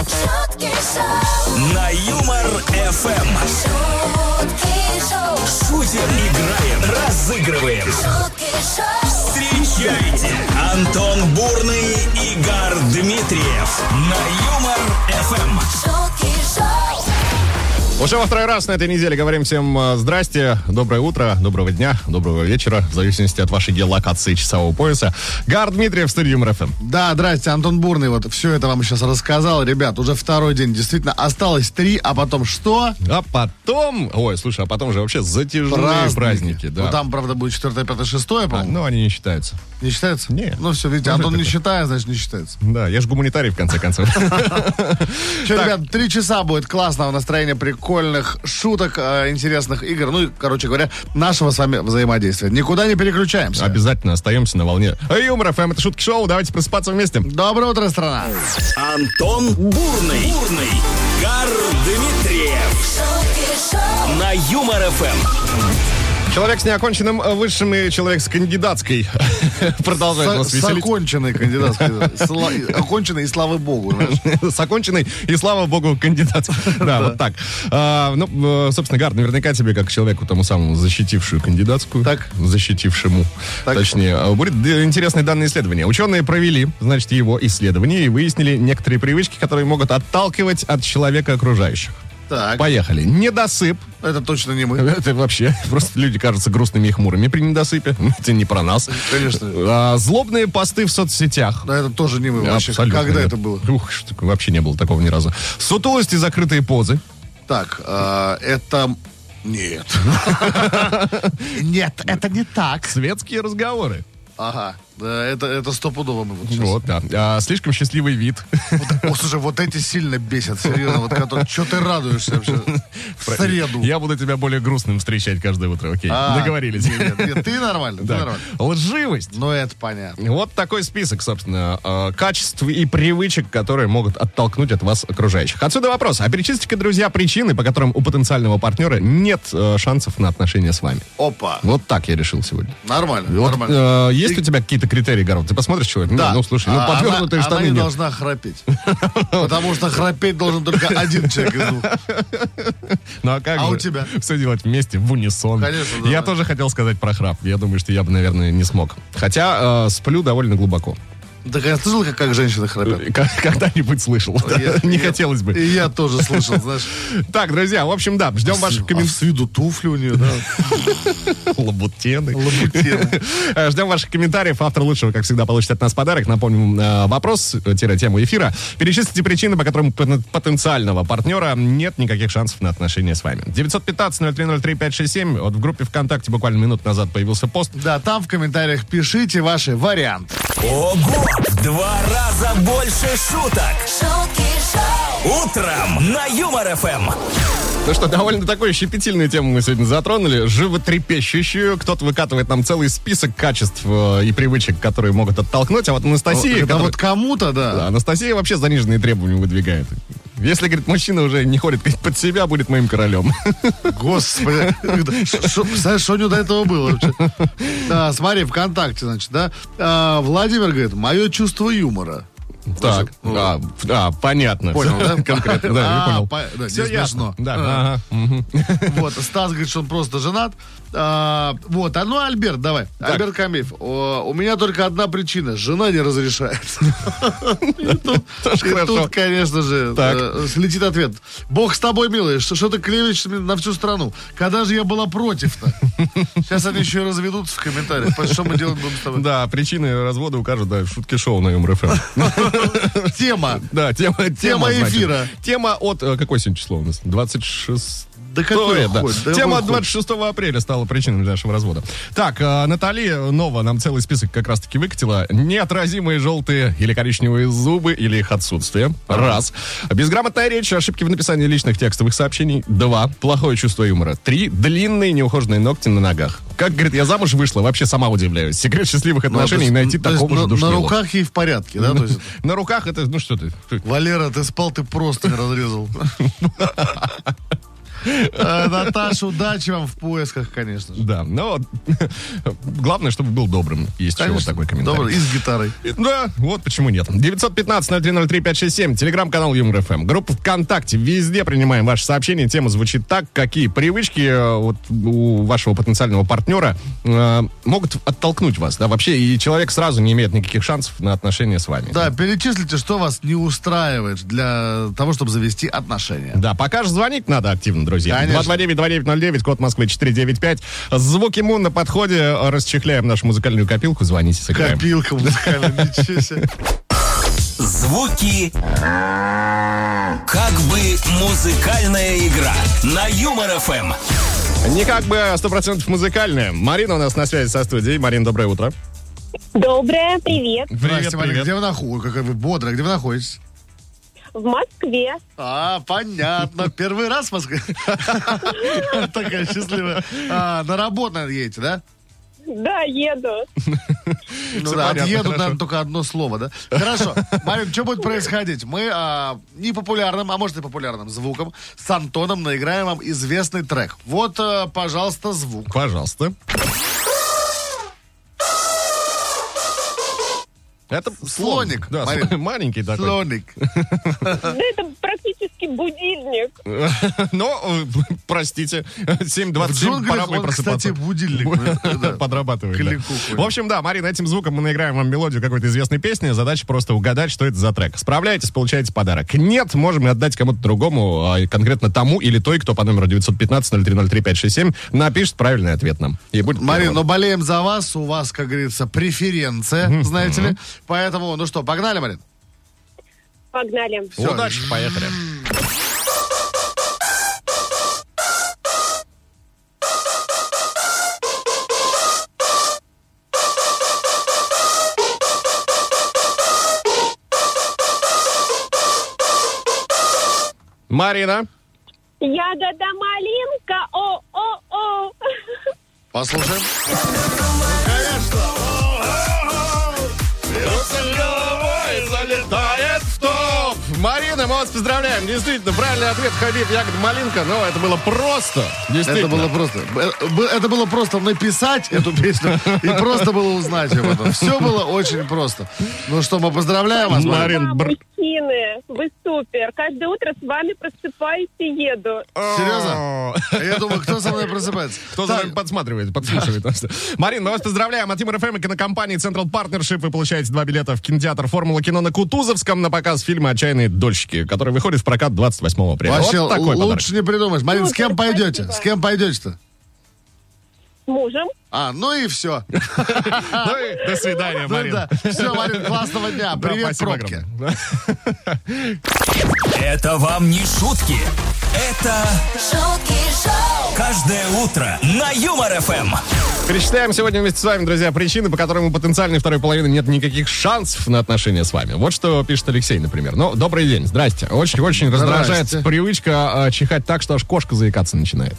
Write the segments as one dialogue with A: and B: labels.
A: Шутки шоу.
B: На Юмор ФМ.
A: Шутки шоу.
B: Шутим, играем, разыгрываем.
A: Шутки шоу.
B: Встречайте Антон Бурный, Игорь Дмитриев на Юмор Эм. ФМ.
A: Шутки шоу.
C: Уже во второй раз на этой неделе говорим всем э, здрасте, доброе утро, доброго дня, доброго вечера, в зависимости от вашей геолокации и часового пояса. Гар Дмитриев, студия МРФМ.
D: Да, здрасте, Антон Бурный вот все это вам сейчас рассказал. Ребят, уже второй день, действительно, осталось три, а потом что?
C: А потом, ой, слушай, а потом же вообще затяжные праздники, да.
D: Ну, там, правда, будет четвертое, пятое, шестое,
C: А,
D: по-моему.
C: ну, они не считаются.
D: Не считается?
C: Нет.
D: Ну, все, видите,
C: Тоже
D: Антон не
C: такое.
D: считает, значит, не считается.
C: Да, я же гуманитарий, в конце концов.
D: Че, ребят, три часа будет классного настроения, прикольных шуток, э, интересных игр. Ну, и, короче говоря, нашего с вами взаимодействия. Никуда не переключаемся.
C: Обязательно остаемся на волне. Юмор ФМ, это шутки шоу, давайте просыпаться вместе.
D: Доброе утро, страна!
B: Антон Бурный, Бурный, Гар Дмитриев
A: Шутки шоу.
B: на Юмор Эм. ФМ.
C: Человек с неоконченным э, высшим и человек с кандидатской продолжает нас
D: С- с
C: веселить.
D: оконченной кандидат. с- сла- Оконченной, и слава богу. знаешь.
C: с оконченной и, слава богу, кандидат. Да, вот так. А, Ну, э, собственно, Гард, наверняка тебе, как человеку тому самому, защитившую кандидатскую,
D: Так.
C: защитившему,
D: Так.
C: точнее, э, будет д- интересное данное исследование. Ученые провели, значит, его исследование и выяснили некоторые привычки, которые могут отталкивать от человека окружающих.
D: Так,
C: Поехали. Недосып.
D: это точно не мы.
C: Это вообще просто люди кажутся грустными и хмурыми при недосыпе. Это не про нас.
D: Конечно.
C: А, Злобные посты в соцсетях.
D: Но это тоже не мы вообще.
C: Абсолютно
D: Когда
C: нет.
D: это было?
C: Ух, что такое, вообще не было такого ни разу. Сутулость и закрытые позы.
D: Так, а, это... Нет. Нет, это не так.
C: Светские разговоры.
D: Ага, да, это, это стопудово мы вот сейчас.
C: Вот, да. А, слишком счастливый вид.
D: Вот, о, слушай, вот эти сильно бесят, серьезно. Вот которые, что ты радуешься вообще? В среду.
C: Я буду тебя более грустным встречать каждое утро, окей.
D: А,
C: Договорились.
D: Нет, нет, ты нормально, ты
C: Так.
D: нормально.
C: Лживость.
D: Ну, это понятно.
C: Вот такой список, собственно, э, качеств и привычек, которые могут оттолкнуть от вас окружающих. Отсюда вопрос. А перечислите-ка, друзья, причины, по которым у потенциального партнера нет э, шансов на отношения с вами.
D: Опа,
C: Вот так я решил сегодня.
D: нормально,
C: Вот,
D: нормально.
C: э, есть у тебя какие-то критерии, Гаров? Ты посмотришь человек?
D: Да.
C: Ну, ну, слушай, ну,
D: А,
C: подвернутые
D: она,
C: штаны
D: она не
C: нет.
D: должна храпеть. Потому что храпеть должен только один человек из двух.
C: Ну, а как
D: А
C: же?
D: у тебя?
C: Все делать вместе, в унисон.
D: Конечно, да.
C: Я тоже хотел сказать про храп. Я думаю, что я бы, наверное, не смог. Хотя э, сплю довольно глубоко.
D: ну, Так я слышал, как, как женщины храпят?
C: К- Когда-нибудь слышал. да.
D: Я-
C: Не
D: я-
C: хотелось бы.
D: И я тоже слышал, знаешь.
C: Так, друзья, в общем, да, ждем ваших комментариев.
D: с виду а туфли у нее, да,
C: Лабутены.
D: лабутены.
C: Э, Ждем ваших комментариев. Автор лучшего, как всегда, получит от нас подарок. Напомним, э, вопрос, э, тире, тему эфира. Перечислите причины, по которым пот- потенциального партнера нет никаких шансов на отношения с вами. 915-0303-567. Вот в группе ВКонтакте буквально минут назад появился пост.
D: Да, там в комментариях пишите ваши варианты.
B: Ого! В два раза больше шуток.
A: Шутки шоу.
B: Утром на Юмор Эм. ФМ.
C: Ну что, довольно такую щепетильную тему мы сегодня затронули, животрепещущую. Кто-то выкатывает нам целый список качеств э, и привычек, которые могут оттолкнуть. А вот Анастасия,
D: Да
C: которая-
D: вот кому-то,
C: Да,
D: да.
C: Анастасия вообще заниженные требования выдвигает. Если, говорит, мужчина уже не ходит говорит, под себя, будет моим королем.
D: Господи. Ш- ш- Представляешь, что у него до этого было вообще? Да, смотри, ВКонтакте, значит, да. А, Владимир говорит, мое чувство юмора.
C: Так, а, ф- а, понятно.
D: ну. Понял, да?
C: Конкретно, да,
D: А,
C: я понял.
D: по- да, не
C: Всё ясно.
D: смешно.
C: Да,
D: А.
C: ага, мгм.
D: Вот, а Стас говорит, что он просто женат. А, вот, а ну, Альберт, давай. Альберт Камеев. О, у меня только одна причина. Жена не разрешает. И тут-
C: Тоже
D: И
C: хорошо.
D: тут, конечно же,
C: Так.
D: э, слетит ответ. Бог с тобой, милый, что что ты клевещешь мне на всю страну? Когда же я была против-то? Сейчас они еще и разведутся в комментариях. Понимаешь, Что мы делать будем с тобой?
C: Да, причины развода укажут, да, шутки шоу на Эм. МРФ.
D: Тема.
C: Да, тема, тема,
D: Тема
C: значит.
D: эфира.
C: Тема от... э, Какое сегодня число у нас? 26...
D: Да какое хоть, да
C: Тема
D: какое
C: от
D: хоть.
C: 26 апреля стала причиной для нашего развода. Так, э, Натали Нова нам целый список как раз-таки выкатила. Неотразимые желтые или коричневые зубы или их отсутствие. Раз. Безграмотная речь, ошибки в написании личных текстовых сообщений. Два. Плохое чувство юмора. Три. Длинные неухоженные ногти на ногах. Как, говорит, я замуж вышла, вообще сама удивляюсь. Секрет счастливых
D: Ну, а то
C: отношений
D: есть-
C: найти
D: то есть
C: такого
D: на-
C: же
D: На
C: душнилу.
D: руках ей в порядке, да? То есть,
C: На руках это, ну что ты,
D: Валера, ты спал, ты просто не разрезал. Э, Наташа, удачи вам в поисках, конечно же.
C: Да, но главное, чтобы был добрым. Есть еще вот
D: Конечно.
C: такой комментарий.
D: Добрый, и с гитарой.
C: И- Да, вот почему нет. 915-0303-567, телеграм-канал Юмор ФМ, группа ВКонтакте. Везде принимаем ваши сообщения. Тема звучит так, какие привычки э, вот, у вашего потенциального партнера э, могут оттолкнуть вас. Да, вообще, и человек сразу не имеет никаких шансов на отношения с вами.
D: Да, перечислите, что вас не устраивает для того, чтобы завести отношения.
C: Да, пока же звонить надо активно, друзья.
D: Конечно.
C: 229-2909, код Москвы 495. Звуки Мун на подходе. Расчехляем нашу музыкальную копилку. Звоните, сыграем.
D: Копилка музыкальная, ничего себе.
B: Звуки как бы музыкальная игра на Юмор Эм. ФМ.
C: Не как бы а 100% музыкальная. Марина у нас на связи со студией. Марин, доброе утро.
E: Доброе, привет.
D: Здрасте, Марина, где вы находитесь? Какая вы бодрая, где вы находитесь?
E: В Москве.
D: А, понятно. Первый раз в Москве. Такая счастливая. А, На работу, наверное, едете, да?
E: Да, еду.
D: Ну
C: Всё
D: да,
C: понятно,
D: отъедут,
C: хорошо.
D: наверное, только одно слово, да? Хорошо. Марин, что будет происходить? Мы а, непопулярным, а может и популярным звуком с Антоном наиграем вам известный трек. Вот, а, пожалуйста, звук.
C: Пожалуйста. Это слон.
D: Слоник,
C: Да,
D: Марин.
C: слон- маленький такой.
D: Слоник.
E: Да это практически будильник.
C: Но, э, простите,
D: В
C: 7.27, пора
D: джунглях
C: бы
D: он, кстати,
C: просыпаться.
D: будильник. да.
C: Подрабатывает. да.
D: Клику ходит.
C: В общем, да, Марина, этим звуком мы наиграем вам мелодию какой-то известной песни. Задача просто угадать, что это за трек. Справляетесь, получаете подарок. Нет, можем и отдать кому-то другому, а и конкретно тому или той, кто по номеру 915-0303-567 напишет правильный ответ нам. И будет
D: Марин,
C: первым.
D: но болеем за вас. У вас, как говорится, преференция, знаете ли. Поэтому, ну что, погнали, Марин?
E: Погнали.
D: всё.
C: Удачи, поехали. Марина.
E: Ягода малинка, о-о-о.
D: Послушаем.
C: Марина, мы вас поздравляем. Действительно, правильный ответ Хабиб Ягод Малинка. Но это было просто. Действительно.
D: Это было просто. э, б- Это было просто написать эту песню и просто было узнать об этом. Все было очень просто. Ну что, мы поздравляем вас, Марин.
C: Марин,
E: Да,
C: бр-
E: мужчины, вы супер. Каждое утро с вами просыпаюсь и еду.
D: Серьезно? А Я думаю, кто со мной просыпается?
C: Кто за
D: Так,
C: вами подсматривает, подслушивает. нас? Марин, мы вас поздравляем от Юмор ФМ и кинокомпании Central Partnership. Вы получаете два билета в кинотеатр «Формула кино» на Кутузовском на показ фильма «Отчаянные дольщики», который выходит в прокат 28 апреля.
D: Вообще,
C: вот такой
D: л-
C: подарок.
D: лучше не придумаешь. Марин, с кем
E: Супер,
D: пойдете?
E: спасибо.
D: С кем пойдете-то?
E: С мужем.
D: А, ну и все.
C: Ну и до свидания, Марин.
D: Все, Марин, классного дня.
C: Да,
D: Привет,
C: спасибо
D: пробки.
C: огромное.
B: Это вам не шутки. Это
A: шутки шоу,
B: каждое утро на Юмор ФМ.
C: Перечитаем сегодня вместе с вами, друзья, причины, по которым у потенциальной второй половины нет никаких шансов на отношения с вами. Вот что пишет Алексей, например. Ну, добрый день, здрасте. Очень-очень раздражает
D: Здрасте.
C: привычка э, чихать так, что аж кошка заикаться начинает.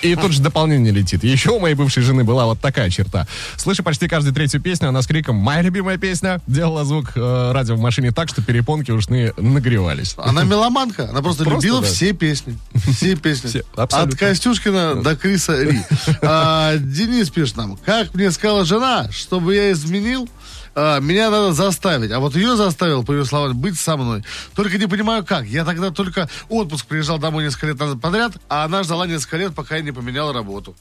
C: И тут же дополнение летит. Еще у моей бывшей жены была вот такая черта. Слышу почти каждую третью песню, она с криком «Моя любимая песня!» делала звук э, радио в машине так, что перепонки ушные нагревались.
D: Она меломанка. Она просто,
C: Просто,
D: любила
C: да.
D: все песни. Все песни.
C: Все,
D: От
C: абсолютно.
D: Костюшкина до Криса Ри. А, Денис пишет нам. Как мне сказала жена, чтобы я изменил, а, меня надо заставить. А вот ее заставил, по ее словам, быть со мной. Только не понимаю, как. Я тогда только отпуск приезжал домой несколько лет назад подряд, а она ждала несколько лет, пока я не поменял работу.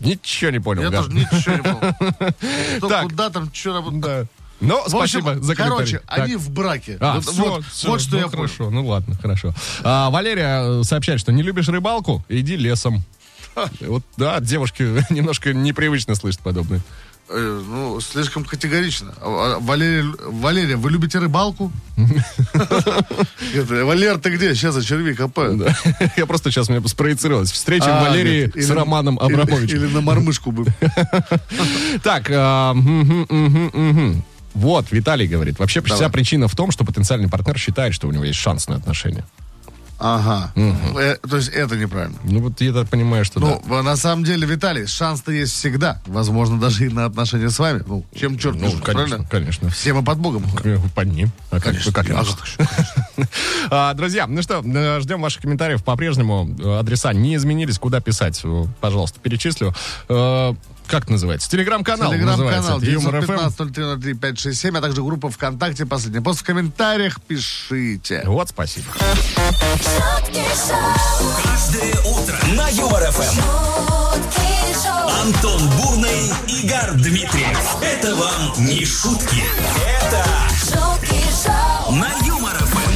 C: Ничего не понял,
D: Я
C: гад.
D: тоже ничего не понял. Что,
C: Так.
D: Куда там, что работать?
C: Да. Ну,
D: В общем,
C: спасибо за комментарий.
D: короче,
C: Так.
D: они в браке.
C: А,
D: вот,
C: всё,
D: вот-
C: всё,
D: вот что
C: ну
D: я понял.
C: Хорошо, ну ладно, хорошо. А, Валерия э, сообщает, что не любишь рыбалку, иди лесом. Вот, да, девушки немножко непривычно слышат подобное.
D: Э, Ну, слишком категорично. А, а, Валерия, Валерия, вы любите рыбалку? Это, Валер, ты где? Сейчас я черви копаю.
C: Да. Я просто сейчас меня спроецировалось. Встреча
D: А,
C: Валерии
D: нет, или-
C: с Романом
D: или-
C: Абрамовичем.
D: Или на мормышку бы.
C: Так, а, мгм, мгм, мгм. вот, Виталий говорит, вообще вся
D: Давай.
C: причина в том, что потенциальный партнер считает, что у него есть шанс на отношения.
D: Ага. Э, То есть это неправильно.
C: Ну вот я так понимаю, что да.
D: Ну, в- на самом деле, Виталий, шанс-то есть всегда. Возможно, даже и на отношения с вами. Ну, чем черт не
C: Ну,
D: шутит,
C: конечно,
D: правильно?
C: конечно.
D: Все мы под Богом.
C: Под ним. А как, как иначе?
D: А как еще?
C: А, Друзья, ну что, э, ждем ваших комментариев. По-прежнему э, адреса не изменились. Куда писать? Э, Пожалуйста, перечислю. Э, Как это называется? Телеграм-канал называется.
D: Телеграм-канал
C: Это Юмор ФМ.
D: 915-0303-567, а также группа ВКонтакте последняя. Просто в комментариях пишите.
C: Вот, спасибо.
A: шутки шоу,
B: Каждое утро на Юмор ФМ.
A: шутки шоу,
B: Антон Бурный, Игорь Дмитриев. Это вам не шутки. Это
A: шутки шоу,
B: на Юмор ФМ.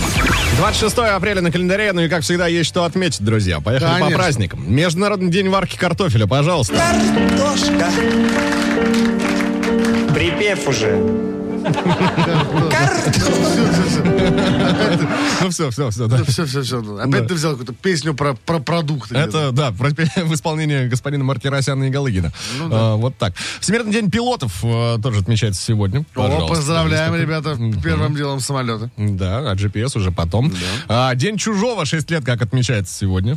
C: 26 апреля на календаре, ну и как всегда есть что отметить, друзья. Поехали по
D: Конечно.
C: праздникам. Международный день варки картофеля, пожалуйста.
F: Картошка. Припев уже.
C: Ну все, все, все, да.
D: Все, все, все. Опять ты взял какую-то песню про, про продукты.
C: Это, да, про- в исполнении господина Мартиросяна и Галыгина.
D: Ну
C: А, вот так. Всемирный день пилотов а, тоже отмечается сегодня.
D: О,
C: Пожалуйста.
D: поздравляем,
C: Есть такой-
D: ребята, первым делом самолета.
C: Да, а GPS уже потом. А, день чужого 6 лет, как отмечается сегодня.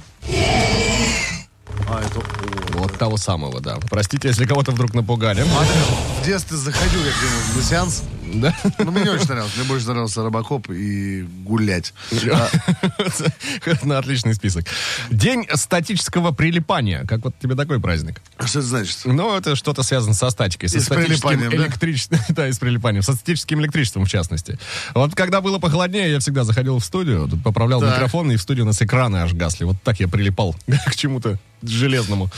C: Вот того самого, да. Простите, если кого-то вдруг напугали.
D: А? В детстве заходил я к нему на сеанс.
C: Да.
D: Но мне не очень нравилось. Мне больше нравился робокоп и гулять. А.
C: На отличный список. День статического прилипания. Как вот тебе такой праздник?
D: А Что это значит?
C: Ну, это что-то связано со статикой, со
D: И с
C: статическим
D: прилипанием, да?
C: электричеством. Да, и с прилипанием. Со статическим электричеством, в частности. Вот когда было похолоднее, я всегда заходил в студию, тут поправлял
D: Так.
C: микрофон, и в студии у нас экраны аж гасли. Вот так я прилипал к чему-то железному.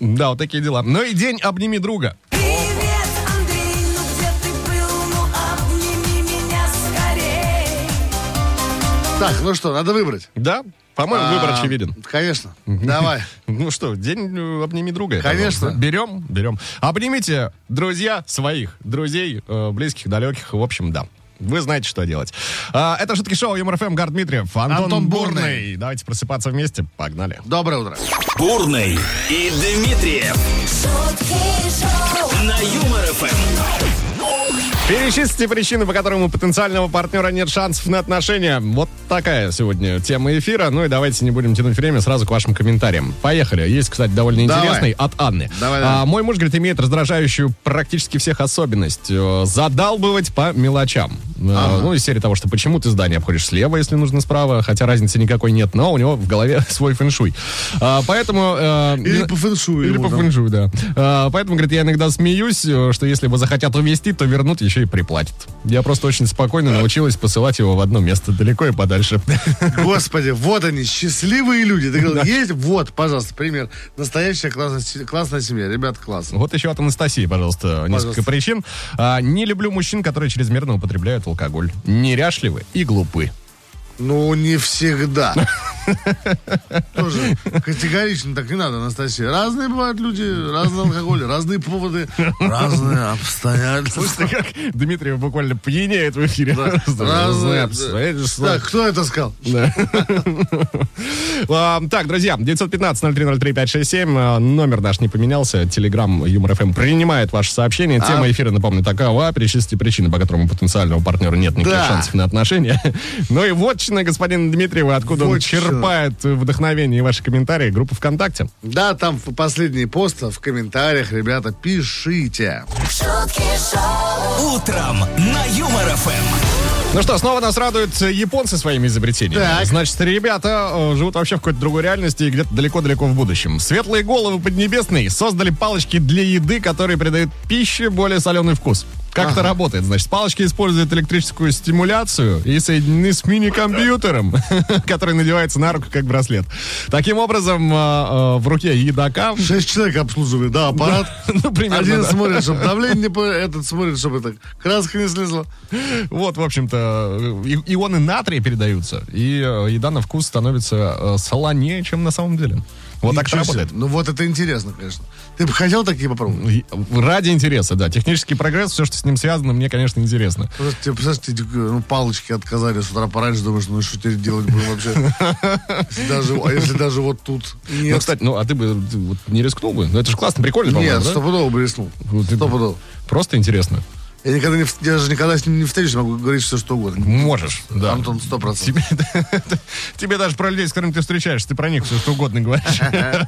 C: Да, вот такие дела. Ну и день «Обними друга».
A: привет, Андрей, ну где ты был, ну обними меня скорей.
D: Так, ну что, надо выбрать.
C: Да? По-моему, Ну, выбор
D: А,
C: очевиден.
D: Конечно. Давай.
C: Ну что, день э, обними друга. это
D: Конечно.
C: вот. Берем, берем. Обнимите, друзья, своих. Друзей, э, близких, далеких. В общем, да. Вы знаете, что делать. А, это шутки шоу Юмор ФМ, Гар Дмитриев, Антон,
D: Антон
C: Бурный.
D: Бурный.
C: Давайте просыпаться вместе. Погнали.
D: Доброе утро.
B: Бурный и Дмитриев
A: Шутки шоу,
B: на Юмор ФМ.
C: Перечислите причины, по которым у потенциального партнера нет шансов на отношения. Вот такая сегодня тема эфира. Ну и давайте не будем тянуть время сразу к вашим комментариям. Поехали. Есть, кстати, довольно
D: Давай.
C: интересный от Анны.
D: Давай, давай.
C: А, мой муж, говорит, имеет раздражающую практически всех особенность. Э, Задалбывать по мелочам. Э, Ну, из серии того, что почему ты здание обходишь слева, если нужно справа, хотя разницы никакой нет, но у него в голове свой фэншуй. А, поэтому... э,
D: Или
C: не-
D: по фэншую.
C: или
D: ему
C: по
D: там.
C: фэншую, да. А, поэтому, говорит, я иногда смеюсь, э, что если его захотят увезти, то вернут еще и приплатят. Я просто очень спокойно научилась посылать его в одно место далеко и подальше.
D: Господи, вот они, счастливые люди. Ты говорил, есть? Вот, пожалуйста, пример. Настоящая классная, се- классная семья. Ребят, классно.
C: Вот еще от Анастасии, пожалуйста, несколько
D: Пожалуйста.
C: причин. А, Не люблю мужчин, которые чрезмерно употребляют алкоголь. Неряшливы и глупы.
D: Ну, не всегда. Тоже категорично так не надо, Анастасия. Разные бывают люди, разный алкоголь, разные поводы, разные обстоятельства.
C: Как Дмитриев буквально пьянеет в эфире. Просто
D: Разные.
C: обстоятельства.
D: Так, кто это сказал?
C: А, Так, друзья, 915-0303-567, э, номер наш не поменялся, телеграм Юмор ФМ принимает ваше сообщение. Тема эфира, напомню, такова, перечислите причины, по которым у потенциального партнера нет никаких
D: Да.
C: шансов на отношения. Ну и вотчина господина Дмитриева, откуда он
D: Вотчина.
C: черпает э, вдохновение и ваши комментарии, группа ВКонтакте.
D: Да, там в последний пост в комментариях, ребята, пишите.
A: шутки шоу,
B: Утром на Юмор ФМ.
C: Ну что, снова нас радуют э, японцы своими изобретениями.
D: Так.
C: Значит, ребята э, живут вообще в какой-то другой реальности и где-то далеко-далеко в будущем. Светлые головы Поднебесной создали палочки для еды, которые придают пище более соленый вкус. Как это работает? Значит, палочки используют электрическую стимуляцию и соединены с мини-компьютером, который надевается на руку как браслет. Таким образом, э, э, в руке едока...
D: Шесть человек обслуживает, да, аппарат.
C: Ну, примерно,
D: Один
C: да.
D: смотрит, чтобы давление не... по- Этот смотрит, чтобы это краска не слезла.
C: Вот, в общем-то, и- ионы натрия передаются, и э, еда на вкус становится э, солонее, чем на самом деле. Вот так это
D: Ничего себе.
C: работает.
D: Ну вот это интересно, конечно. Ты бы хотел такие попробовать?
C: И э, Ради интереса, да. Технический прогресс, все, что с ним связано, мне, конечно, интересно.
D: Просто тебе, представляешь, тебе ну, палочки отказали с утра пораньше, думаешь, ну что теперь делать будем вообще? Если даже- А если даже вот тут
C: Ну,
D: нет?
C: кстати, ну, а ты бы ты вот не рискнул бы? Ну, это же классно, прикольно, по-моему,
D: Нет,
C: да?
D: стопудово блеснул.
C: Вот ты-
D: Стопудово.
C: Просто интересно.
D: Я никогда не, в- я же никогда с ним не встречусь, могу говорить все что угодно.
C: Можешь, да.
D: Антон, сто процентов.
C: Тебе, тебе даже про людей, с которыми ты встречаешься, ты про них все что угодно говоришь. Э,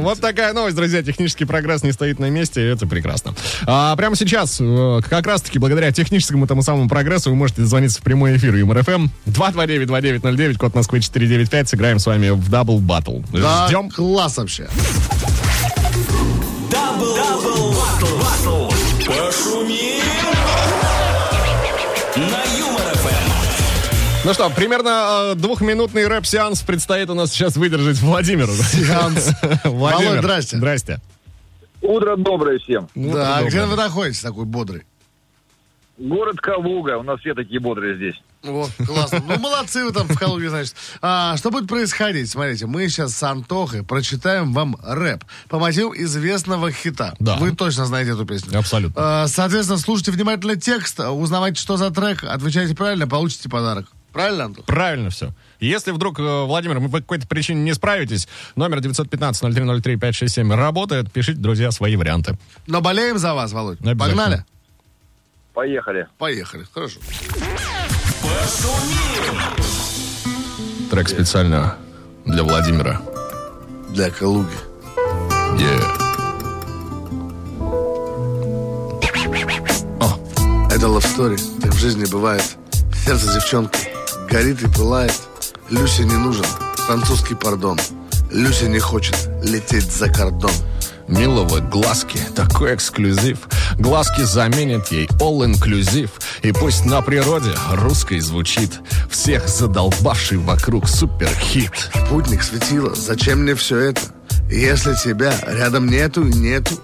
C: Вот такая новость, друзья. Технический прогресс не стоит на месте, и это прекрасно. А Прямо сейчас, э, как раз-таки, благодаря техническому тому самому прогрессу, вы можете звониться в прямой эфир ЮМРФМ 229-2909, код Москвы 495. Сыграем с вами в дабл баттл.
D: Да,
C: Ждем.
D: класс вообще.
B: Дабл, дабл, батл, батл. Пошумим на Юмор ФМ.
C: Ну что, примерно э, двухминутный рэп-сеанс предстоит у нас сейчас выдержать Владимиру.
D: Сеанс.
C: Владимир,
D: Володь, здрасте.
C: Здрасте.
G: Утро доброе всем.
C: Ну,
D: да, а
C: удобно.
D: где вы находитесь такой бодрый?
G: Город Калуга. У нас все такие бодрые здесь.
D: О, классно. Ну, молодцы вы там в Калуге, значит. А, что будет происходить? Смотрите, мы сейчас с Антохой прочитаем вам рэп по мотивам известного хита.
C: Да.
D: Вы точно знаете эту песню.
C: Абсолютно.
D: А, соответственно, слушайте внимательно текст, узнавайте, что за трек, отвечайте правильно, получите подарок. Правильно, Антох?
C: Правильно все. Если вдруг, э, Владимир, вы по какой-то причине не справитесь, номер 915-0303-567 работает. Пишите, друзья, свои варианты.
D: Но болеем за вас, Володь.
C: Обязательно.
D: Погнали?
G: Поехали.
D: Поехали. Хорошо.
C: Трек специально для Владимира.
D: Для Калуги. Это love story, так в жизни бывает. Сердце девчонки горит и пылает. Люся не нужен, французский пардон. Люся не хочет лететь за кордон.
C: Милого глазки, такой эксклюзив. Глазки заменит ей all-inclusive. И пусть на природе русской звучит всех задолбавший вокруг суперхит.
D: Путник светила, зачем мне все это? Если тебя рядом нету и нету,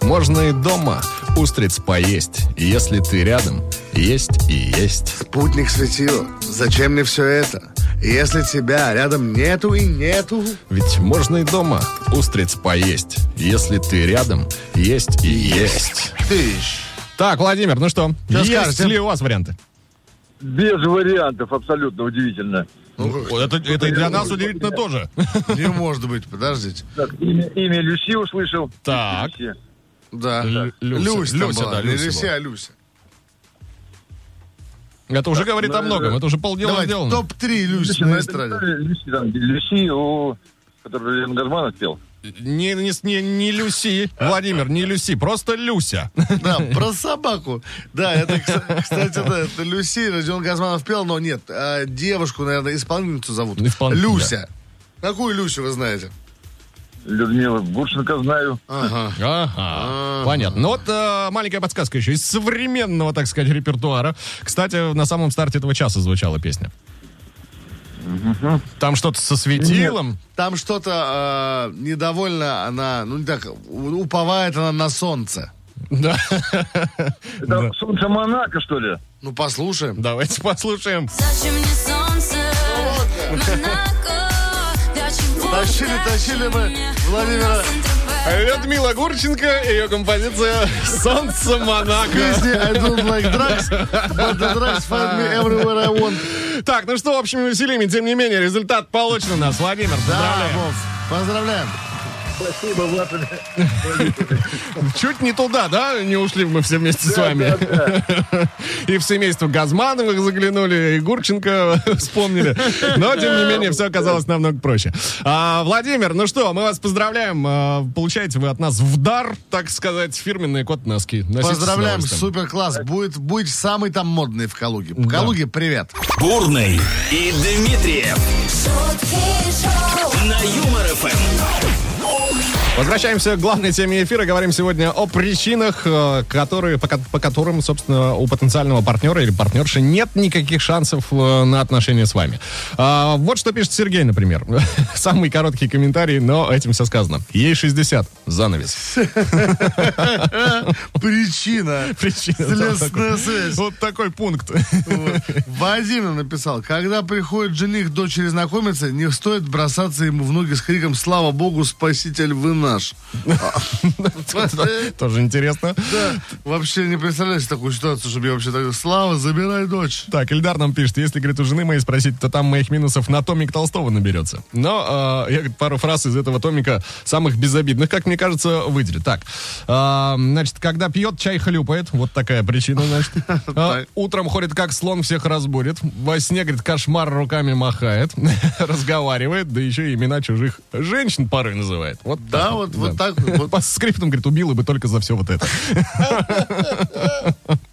C: Можно и дома устриц поесть, если ты рядом. Есть и есть.
D: Путник светила, зачем мне все это? Если тебя рядом нету и нету,
C: Ведь можно и дома устриц поесть, если ты рядом, есть и есть.
D: ты
C: Так, Владимир, ну что,
D: Что
C: есть
D: скажете?
C: ли у вас варианты?
G: Без вариантов. Абсолютно удивительно.
C: Ну, Это, это и для нас удивительно тоже.
D: Не может быть, подождите.
G: Так, имя, имя Люси услышал.
C: Так.
G: Люси.
D: Да.
C: Лю- Люся.
D: там
C: Люся,
D: была.
C: да,
D: Не
C: Люся
D: Люся,
C: была.
D: а Люся.
C: Это уже говорит о многом, это уже полдела
D: Давайте,
C: сделано.
D: топ-3 Люси
G: Слушай, ну
D: на
G: это
D: эстраде.
G: не Люси, там, Люси, у который Лен Газманов пел.
C: Не, не, не, не Люси, Владимир, не Люси, просто Люся.
D: Да, про собаку. Да, это, кс- кстати, да, это Люси, Родион Газманов пел, но нет, а, девушку, наверное, исполнительницу зовут.
C: Исполнитель,
D: Люся. Какую Люсю вы знаете?
G: Людмила Гурченко знаю.
D: Ага.
C: Ага, понятно. Ну вот э, маленькая подсказка еще из современного, так сказать, репертуара. Кстати, на самом старте этого часа звучала песня. Там что-то со светилом.
D: Там что-то э, недовольно она, ну не так, у- уповает она на солнце.
C: Да.
G: Это
C: Да.
G: Солнце Монако, что ли?
D: Ну, послушаем.
C: Давайте послушаем.
A: Зачем мне солнце, Монако? Для чего
D: Тащили, тащили мы Владимира
C: Людмила Гурченко, ее композиция «Солнце Монако».
D: песни I don't like drugs, but the drugs find me everywhere I want.
C: Так, ну что, общими усилиями, тем не менее, результат получен у нас. Владимир,
D: Да,
C: поздравляем.
D: Вов, поздравляем.
G: Спасибо, Влад.
C: Чуть не туда, да? Не ушли мы все вместе с вами. И в семейство Газмановых заглянули, и Гурченко вспомнили. Но, тем не менее, все оказалось намного проще. А, Владимир, ну что, мы вас поздравляем. А, Получаете вы от нас в дар, так сказать, фирменные кот-носки. Носите с
D: Поздравляем,
C: удовольствием.
D: супер класс. Будет, будет самый там модный в Калуге. В Калуге привет.
B: Бурный и Дмитриев
A: Шутки шоу.
B: на Юмор ФМ.
C: Возвращаемся к главной теме эфира. Говорим сегодня о причинах, э, которые, по, ко- по которым, собственно, у потенциального партнера или партнерши нет никаких шансов э, на отношения с вами. А, вот что пишет Сергей, например. Самый короткий комментарий, но этим все сказано. Ей 60. Занавес.
D: А? Причина.
C: Причина. да,
D: Следственная
C: такой.
D: связь.
C: Вот такой пункт.
D: Вот. Вадим написал, когда приходит жених дочери знакомиться, не стоит бросаться ему в ноги с криком «Слава Богу, спаситель вы наш.
C: Тоже интересно.
D: Вообще не представляешь такую ситуацию, чтобы я вообще так... Слава, забирай дочь.
C: Так, Ильдар нам пишет, если, говорит, у жены моей спросить, то там моих минусов на томик Толстого наберется. Но э, я, говорит, пару фраз из этого томика, самых безобидных, как мне кажется, выделю. Так, э, значит, когда пьет, чай хлюпает. Вот такая причина, значит. Э, Утром ходит, как слон, всех разбудит. Во сне, говорит, кошмар руками махает. Разговаривает, да еще и имена чужих женщин порой называет. Вот
D: Да, вот, вот так вот.
C: По скриптам, говорит, убила бы только за все вот это.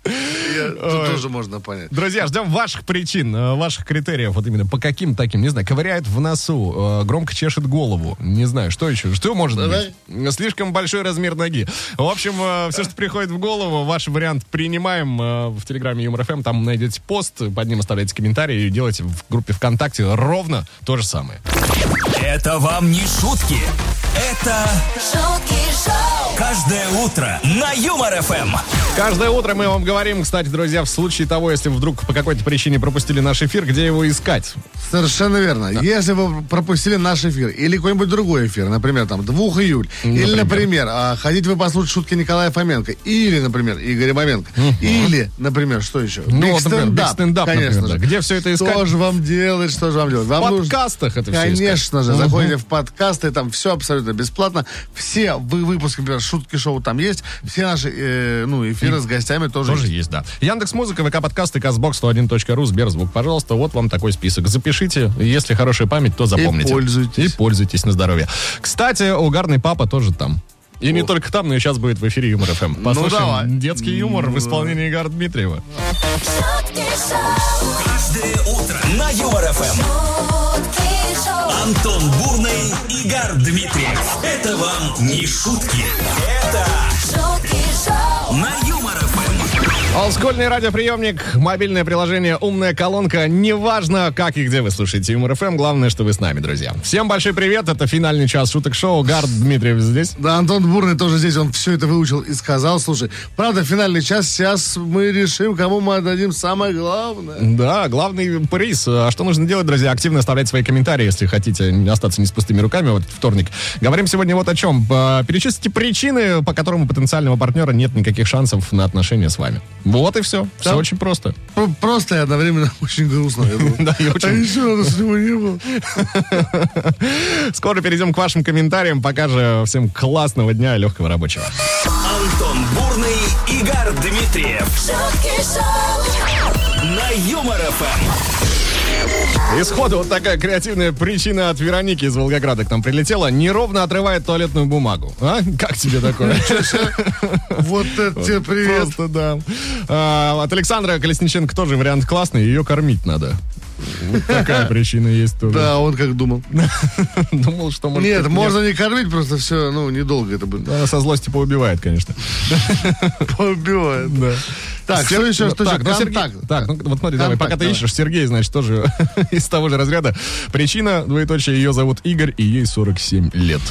D: Я- Тут тоже можно понять.
C: Друзья, ждем ваших причин, э, ваших критериев. Вот именно по каким таким, не знаю, ковыряет в носу, э, громко чешет голову. Не знаю, что еще, что может
D: Давай.
C: быть? Слишком большой размер ноги. В общем, все, что приходит в голову, ваш вариант принимаем э, в Телеграме Юмор ФМ. Там найдете пост, под ним оставляйте комментарии и делайте в группе ВКонтакте ровно то же самое.
B: Это вам не шутки. Это
A: шутки шоу,
B: каждое утро на Юмор ФМ.
C: Каждое утро мы вам говорим, кстати, друзья, в случае того, если вдруг по какой-то причине пропустили наш эфир, где его искать.
D: Совершенно верно. Если вы пропустили наш эфир или какой-нибудь другой эфир, например, там 2 июль, или, например, а, хотите вы послушать шутки Николая Фоменко, или, например, Игоря Маменко, или, например, что еще?
C: Ну,
D: Big
C: вот, например,
D: Stand
C: Big
D: Up,
C: Stand Up, например,
D: конечно же.
C: да. Где все это
D: Что
C: искать?
D: же вам делать, что же вам делать? Вам
C: В
D: нужно-
C: подкастах это все
D: Конечно
C: искать.
D: же,
C: Мгм.
D: заходите в подкасты, там все абсолютно бесплатно. Все вы выпуски, например, шутки шоу там есть, все наши э, ну, эфиры с гостями тоже,
C: Тоже
D: есть.
C: есть, да. Яндекс Музыка, ВК подкасты, Казбокс 101.ру, Сберзвук. Пожалуйста, вот вам такой список. Запишите. Если хорошая память, то запомните.
D: пользуйтесь.
C: И пользуйтесь на здоровье. Кстати, угарный папа тоже там. И не
D: О. Ну
C: только там, но и сейчас будет в эфире Юмор ФМ. Послушаем
D: давай.
C: детский юмор в исполнении Игоря Дмитриева.
A: шутки шоу,
B: Каждое утро на Юмор ФМ.
A: шутки шоу.
B: Антон Бурный, Игорь Дмитриев. Это вам не шутки. Это
A: Шутки шоу,
B: на Юмор ФМ.
C: Олдскольный радиоприемник, мобильное приложение, умная колонка. Неважно, как и где вы слушаете Юмор ФМ, главное, что вы с нами, друзья. Всем большой привет, это финальный час шуток шоу. Гард Дмитриев здесь.
D: Да, Антон Бурный тоже здесь, он все это выучил и сказал. Слушай, правда, финальный час, сейчас мы решим, кому мы отдадим самое главное.
C: Да, главный приз. А что нужно делать, друзья? Активно оставлять свои комментарии, если хотите остаться не с пустыми руками вот вторник. Говорим сегодня вот о чем. Э, Перечислите причины, по которым у потенциального партнера нет никаких шансов на отношения с вами. Вот и все. Все
D: Да.
C: очень просто.
D: П- Ну, Просто и одновременно очень грустно. я думаю.
C: Да, и
D: А
C: очень.
D: ничего, нас у него не было.
C: Скоро перейдем к вашим комментариям. Пока же всем классного дня и легкого рабочего.
B: Антон Бурный, Игорь Дмитриев.
A: шутки шоу,
B: На Юмор ФМ.
C: Исходу вот такая креативная причина от Вероники из Волгограда к нам прилетела. Неровно отрывает туалетную бумагу. А? Как тебе такое?
D: Вот это тебе привет.
C: Просто да. А, От Александра Колесниченко тоже вариант классный. Ее кормить надо. Вот такая причина есть тоже.
D: Да, он как думал.
C: Думал, что может...
D: Нет,
C: быть,
D: можно не кормить, просто все, ну, недолго это будет.
C: Она со злости поубивает, конечно.
D: Поубивает.
C: Да.
D: Так, что еще, что еще?
C: так, ну, Сергей-
D: Контакт.
C: так, ну вот смотри, давай,
D: Контакт,
C: пока ты
D: давай.
C: ищешь, Сергей, значит, тоже из того же разряда. Причина, двоеточие, ее зовут Игорь, и ей 47 лет.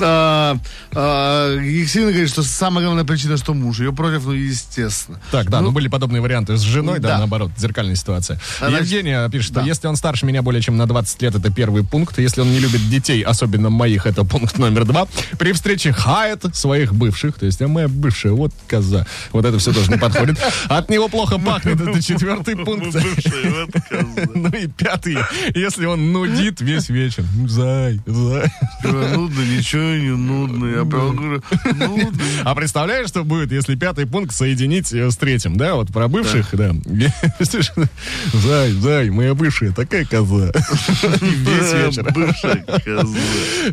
D: А, а, Екатерина говорит, что самая главная причина, что муж. Ее против, ну, естественно.
C: Так, да, ну, были подобные варианты с женой, да,
D: да.
C: наоборот, зеркальная ситуация.
D: А значит,
C: Евгения пишет, что
D: да.
C: если он старше меня более чем на 20 лет, это первый пункт. Если он не любит детей, особенно моих, это пункт номер два. При встрече хает своих бывших, то есть, а моя бывшая, вот коза. Вот это все тоже не подходит. От него плохо пахнет, это четвертый пункт. Ну и пятый, если он нудит весь вечер. Зай, зай.
D: Говорю, Нудно, ничего не нудно. Я
C: Ну,
D: прям говорю, ну, нудно.
C: А представляешь, что будет, если пятый пункт соединить э, с третьим, да, вот про бывших, да. Слышишь, Зай, зай, моя бывшая такая коза. И Весь вечер.
D: Э, Бывшая коза.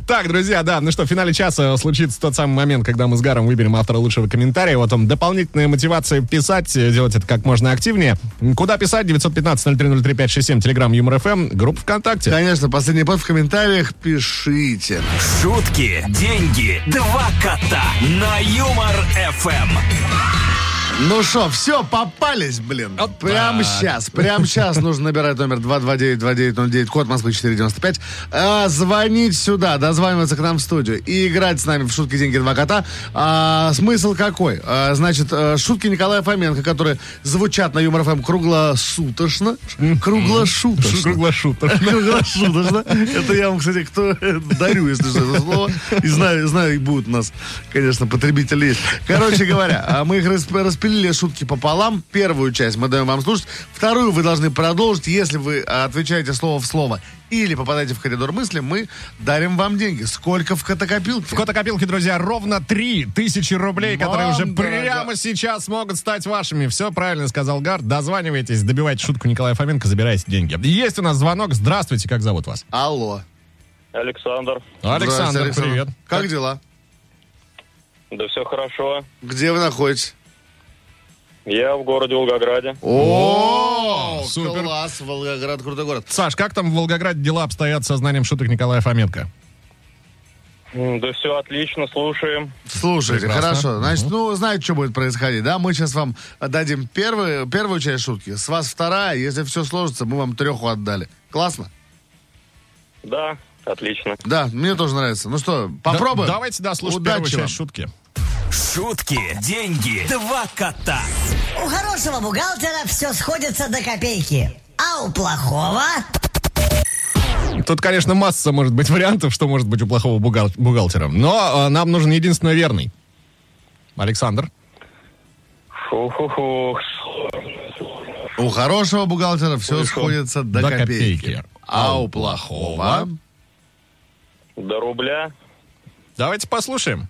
C: Так, друзья, да, ну что, в финале часа случится тот самый момент, когда мы с Гаром выберем автора лучшего комментария. Вот он, дополнительная мотивация писать, э, делать это как можно активнее. Куда писать? 915-0303-567, телеграмм Юмор ФМ, группа ВКонтакте.
D: Конечно, последний пот в комментариях пишите.
B: Шутки, деньги, два кота. На Юмор ФМ.
D: Ну что, все, попались, блин.
C: Опа.
D: Прямо сейчас, прямо сейчас нужно набирать номер 229-2909, код Москвы 495, а, звонить сюда, дозваниваться к нам в студию и играть с нами в «Шутки, деньги, два кота». А, смысл какой? А, значит, э, шутки Николая Фоменко, которые звучат на Юмор ФМ круглосуточно. Круглошуточно.
C: Круглошутер.
D: Ну, Круглосуточно. Это я вам, кстати, кто э, дарю, если что, это слово. И знаю, знаю, и будут у нас, конечно, потребители есть. Короче говоря, а мы их расп- распилили шутки пополам. Первую часть мы даем вам слушать. Вторую вы должны продолжить. Если вы а, отвечаете слово в слово или попадаете в коридор мысли, мы дарим вам деньги. Сколько в
C: В
D: котокопилке?
C: котокопилке, друзья, ровно 3000 рублей, которые уже
D: Бомба,
C: прямо сейчас могут стать вашими. Все правильно сказал Гард. Дозванивайтесь, добивайте шутку Николая Фоменко, забирайте деньги. Есть у нас звонок. Здравствуйте, как зовут вас?
D: Алло.
H: Александр,
C: Александр,
D: Здравствуйте,
C: привет.
D: Как дела?
H: да все хорошо.
D: Где вы находитесь?
H: Я в городе Волгограде.
C: О, супер.
D: Класс, Волгоград, крутой город.
C: Саш, как там в Волгограде дела обстоят со знанием шуток Николая Фоменко?
H: М, Да все отлично, слушаем.
D: Слушайте,
C: Прекрасно.
D: хорошо. Значит, ну, знаете, что будет происходить, да? Мы сейчас вам дадим первую, первую часть шутки, с вас вторая. Если все сложится, мы вам треху отдали. Классно?
H: Да, отлично.
D: Да, мне тоже нравится. Ну что, попробуем?
C: Да- давайте дослушать
D: Удачи
C: первую
D: вам.
C: часть шутки.
B: Шутки, деньги, два кота.
I: У хорошего бухгалтера все сходится до копейки. А у плохого...
C: Тут, конечно, масса может быть вариантов, что может быть у плохого бухгал- бухгалтера. Но э, нам нужен единственно верный. Александр.
H: Фу-ху-ху.
D: У хорошего бухгалтера все
H: Хорошо.
D: сходится до,
C: До
D: копейки.
C: копейки.
D: А у плохого...
H: До рубля.
C: Давайте послушаем.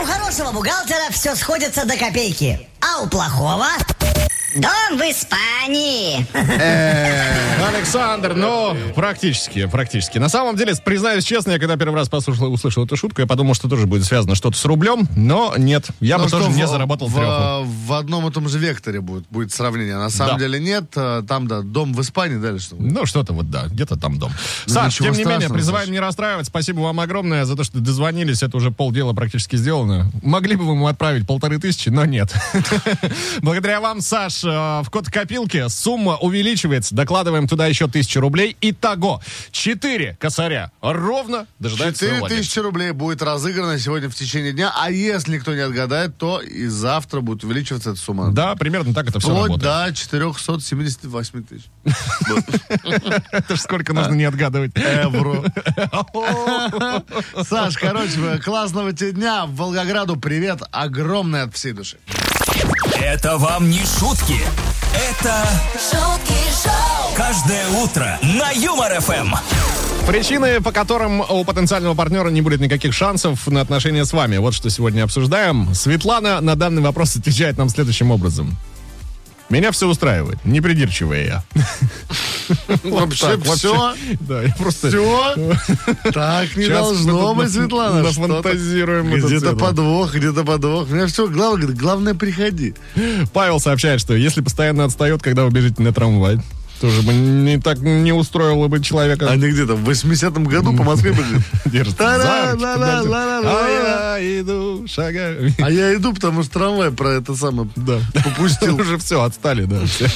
I: У хорошего бухгалтера все сходится до копейки. А у плохого... Дом в Испании.
C: Александр, ну, практически, практически. На самом деле, признаюсь честно, я когда первый раз послушал, услышал эту шутку, я подумал, что тоже будет связано что-то с рублем, но нет, я бы
D: Ну,
C: тоже
D: что,
C: не
D: в-
C: заработал
D: в,
C: трёху.
D: в одном и том же векторе будет, будет сравнение. На самом
C: Да.
D: деле нет. Э, Там, да, дом в Испании, дальше что?
C: Ну, что-то вот, да, где-то там дом.
D: Ну,
C: Саш,
D: ничего
C: тем не менее,
D: страшного,
C: призываем
D: Саш.
C: не расстраивать. Спасибо вам огромное за то, что дозвонились. Это уже полдела практически сделано. Могли бы вы ему отправить полторы тысячи, но нет. Благодаря вам, Саш, э, в код копилки сумма увеличивается. Докладываем туда еще тысячу рублей. Итого, четыре косаря. Ровно дожидается
D: 4
C: владельца.
D: тысячи рублей будет разыграно сегодня в течение дня, а если никто не отгадает, то и завтра будет увеличиваться эта сумма.
C: Да, примерно так это все
D: Вплоть
C: работает.
D: до 478 тысяч
C: Это ж сколько нужно не отгадывать.
D: евро. Саш, короче, классного тебе дня. В Волгограду привет огромное от всей души.
B: Это вам не шутки. Это
A: Шутки шоу.
B: каждое утро на Юмор ФМ.
C: Причины, по которым у потенциального партнера не будет никаких шансов на отношения с вами. Вот что сегодня обсуждаем. Светлана на данный вопрос отвечает нам следующим образом. Меня все устраивает, непридирчивая я.
D: Вообще
C: Так, вообще,
D: все.
C: Да, я просто...
D: Все? Так не
C: Сейчас мы
D: должно
C: тут
D: быть,
C: на-
D: Светлана. что-то.
C: нафантазируем эту
D: Где-то
C: цифру.
D: подвох, где-то подвох. У меня все, главное, главное, приходи.
C: Павел сообщает, что если постоянно отстает, когда вы бежите на трамвай, тоже бы не так не устроило бы человека.
D: Они где-то в 80-м году по Москве были.
C: Держит за
D: Та-ра,
C: руки,
D: ла-ла,
C: подожди.
D: ла-ла-ла-ла.
C: А я иду шагами.
D: А я иду, потому что трамвай про это самое
C: Да.
D: попустил.
C: Уже все, отстали, да. все,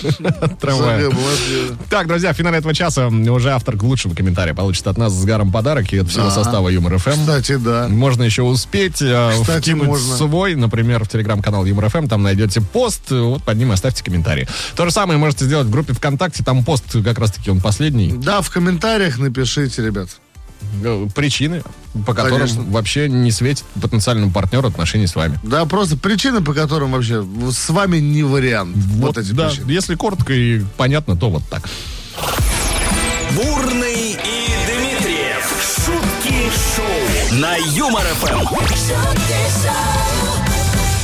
C: От трамвая.
D: Шага была сделана.
C: Так, друзья, в финале этого часа уже автор лучшего комментария получит от нас с Гаром подарок и от всего
D: Да.
C: состава Юмор ФМ.
D: Кстати, да.
C: Можно еще успеть э,
D: Кстати,
C: вкинуть
D: можно.
C: свой, например, в телеграм-канал Юмор ФМ, там найдете пост, э, вот под ним и оставьте комментарий. То же самое можете сделать в группе ВКонтакте, там пост как раз-таки он последний.
D: Да, в комментариях напишите, ребят.
C: Э, Причины, по которым
D: Конечно.
C: вообще не светит потенциальному партнеру отношения с вами.
D: Да, просто причины, по которым вообще с вами не вариант. Вот, эти
C: да,
D: причины.
C: если коротко и понятно, то вот так.
B: Бурный и Дмитриев. Шутки шоу на Юмор ФМ.
A: Шутки шоу.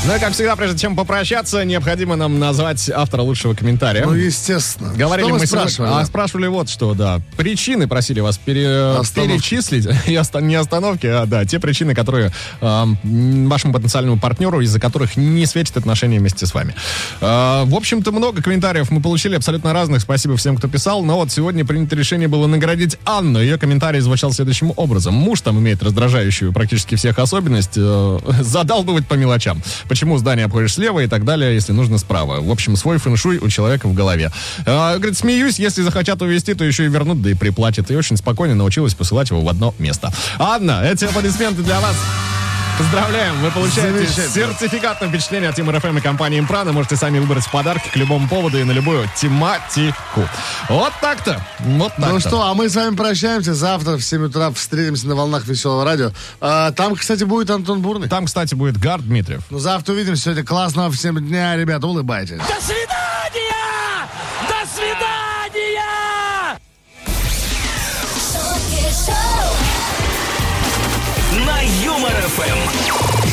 C: Ну и как всегда, прежде чем попрощаться, необходимо нам назвать автора лучшего комментария.
D: Ну, естественно.
C: Говорили
D: Что
C: мы
D: вы
C: сегодня-
D: спрашивали? Ну
C: а, спрашивали вот что, да. Причины просили вас пере-
D: Остановки.
C: перечислить. И оста- не остановки, а да, те причины, которые эм, м, вашему потенциальному партнеру, из-за которых не светит отношения вместе с вами. Э, в общем-то, много комментариев мы получили абсолютно разных. Спасибо всем, кто писал. Но вот сегодня принято решение было наградить Анну. Ее комментарий звучал следующим образом. Муж там имеет раздражающую практически всех особенность. э, задалбывать по мелочам. почему здание обходишь слева и так далее, если нужно справа. В общем, свой фэншуй у человека в голове. А, говорит, смеюсь, если захотят увезти, то еще и вернут, да и приплатят. И очень спокойно научилась посылать его в одно место. Анна, эти аплодисменты для вас. Поздравляем! Вы получаете
D: Замечательно.
C: сертификат на впечатление от Тимур ФМ и компании Импрана. Можете сами выбрать подарки к любому поводу и на любую тематику. Вот так-то! Вот так-то.
D: Ну что, а мы с вами прощаемся. Завтра в 7 утра встретимся на волнах веселого радио. А, там, кстати, будет Антон Бурный.
C: Там, кстати, будет Гар Дмитриев.
D: Ну, завтра увидимся. Сегодня классного всем дня, ребята. Улыбайтесь.
B: На Юмор ФМ.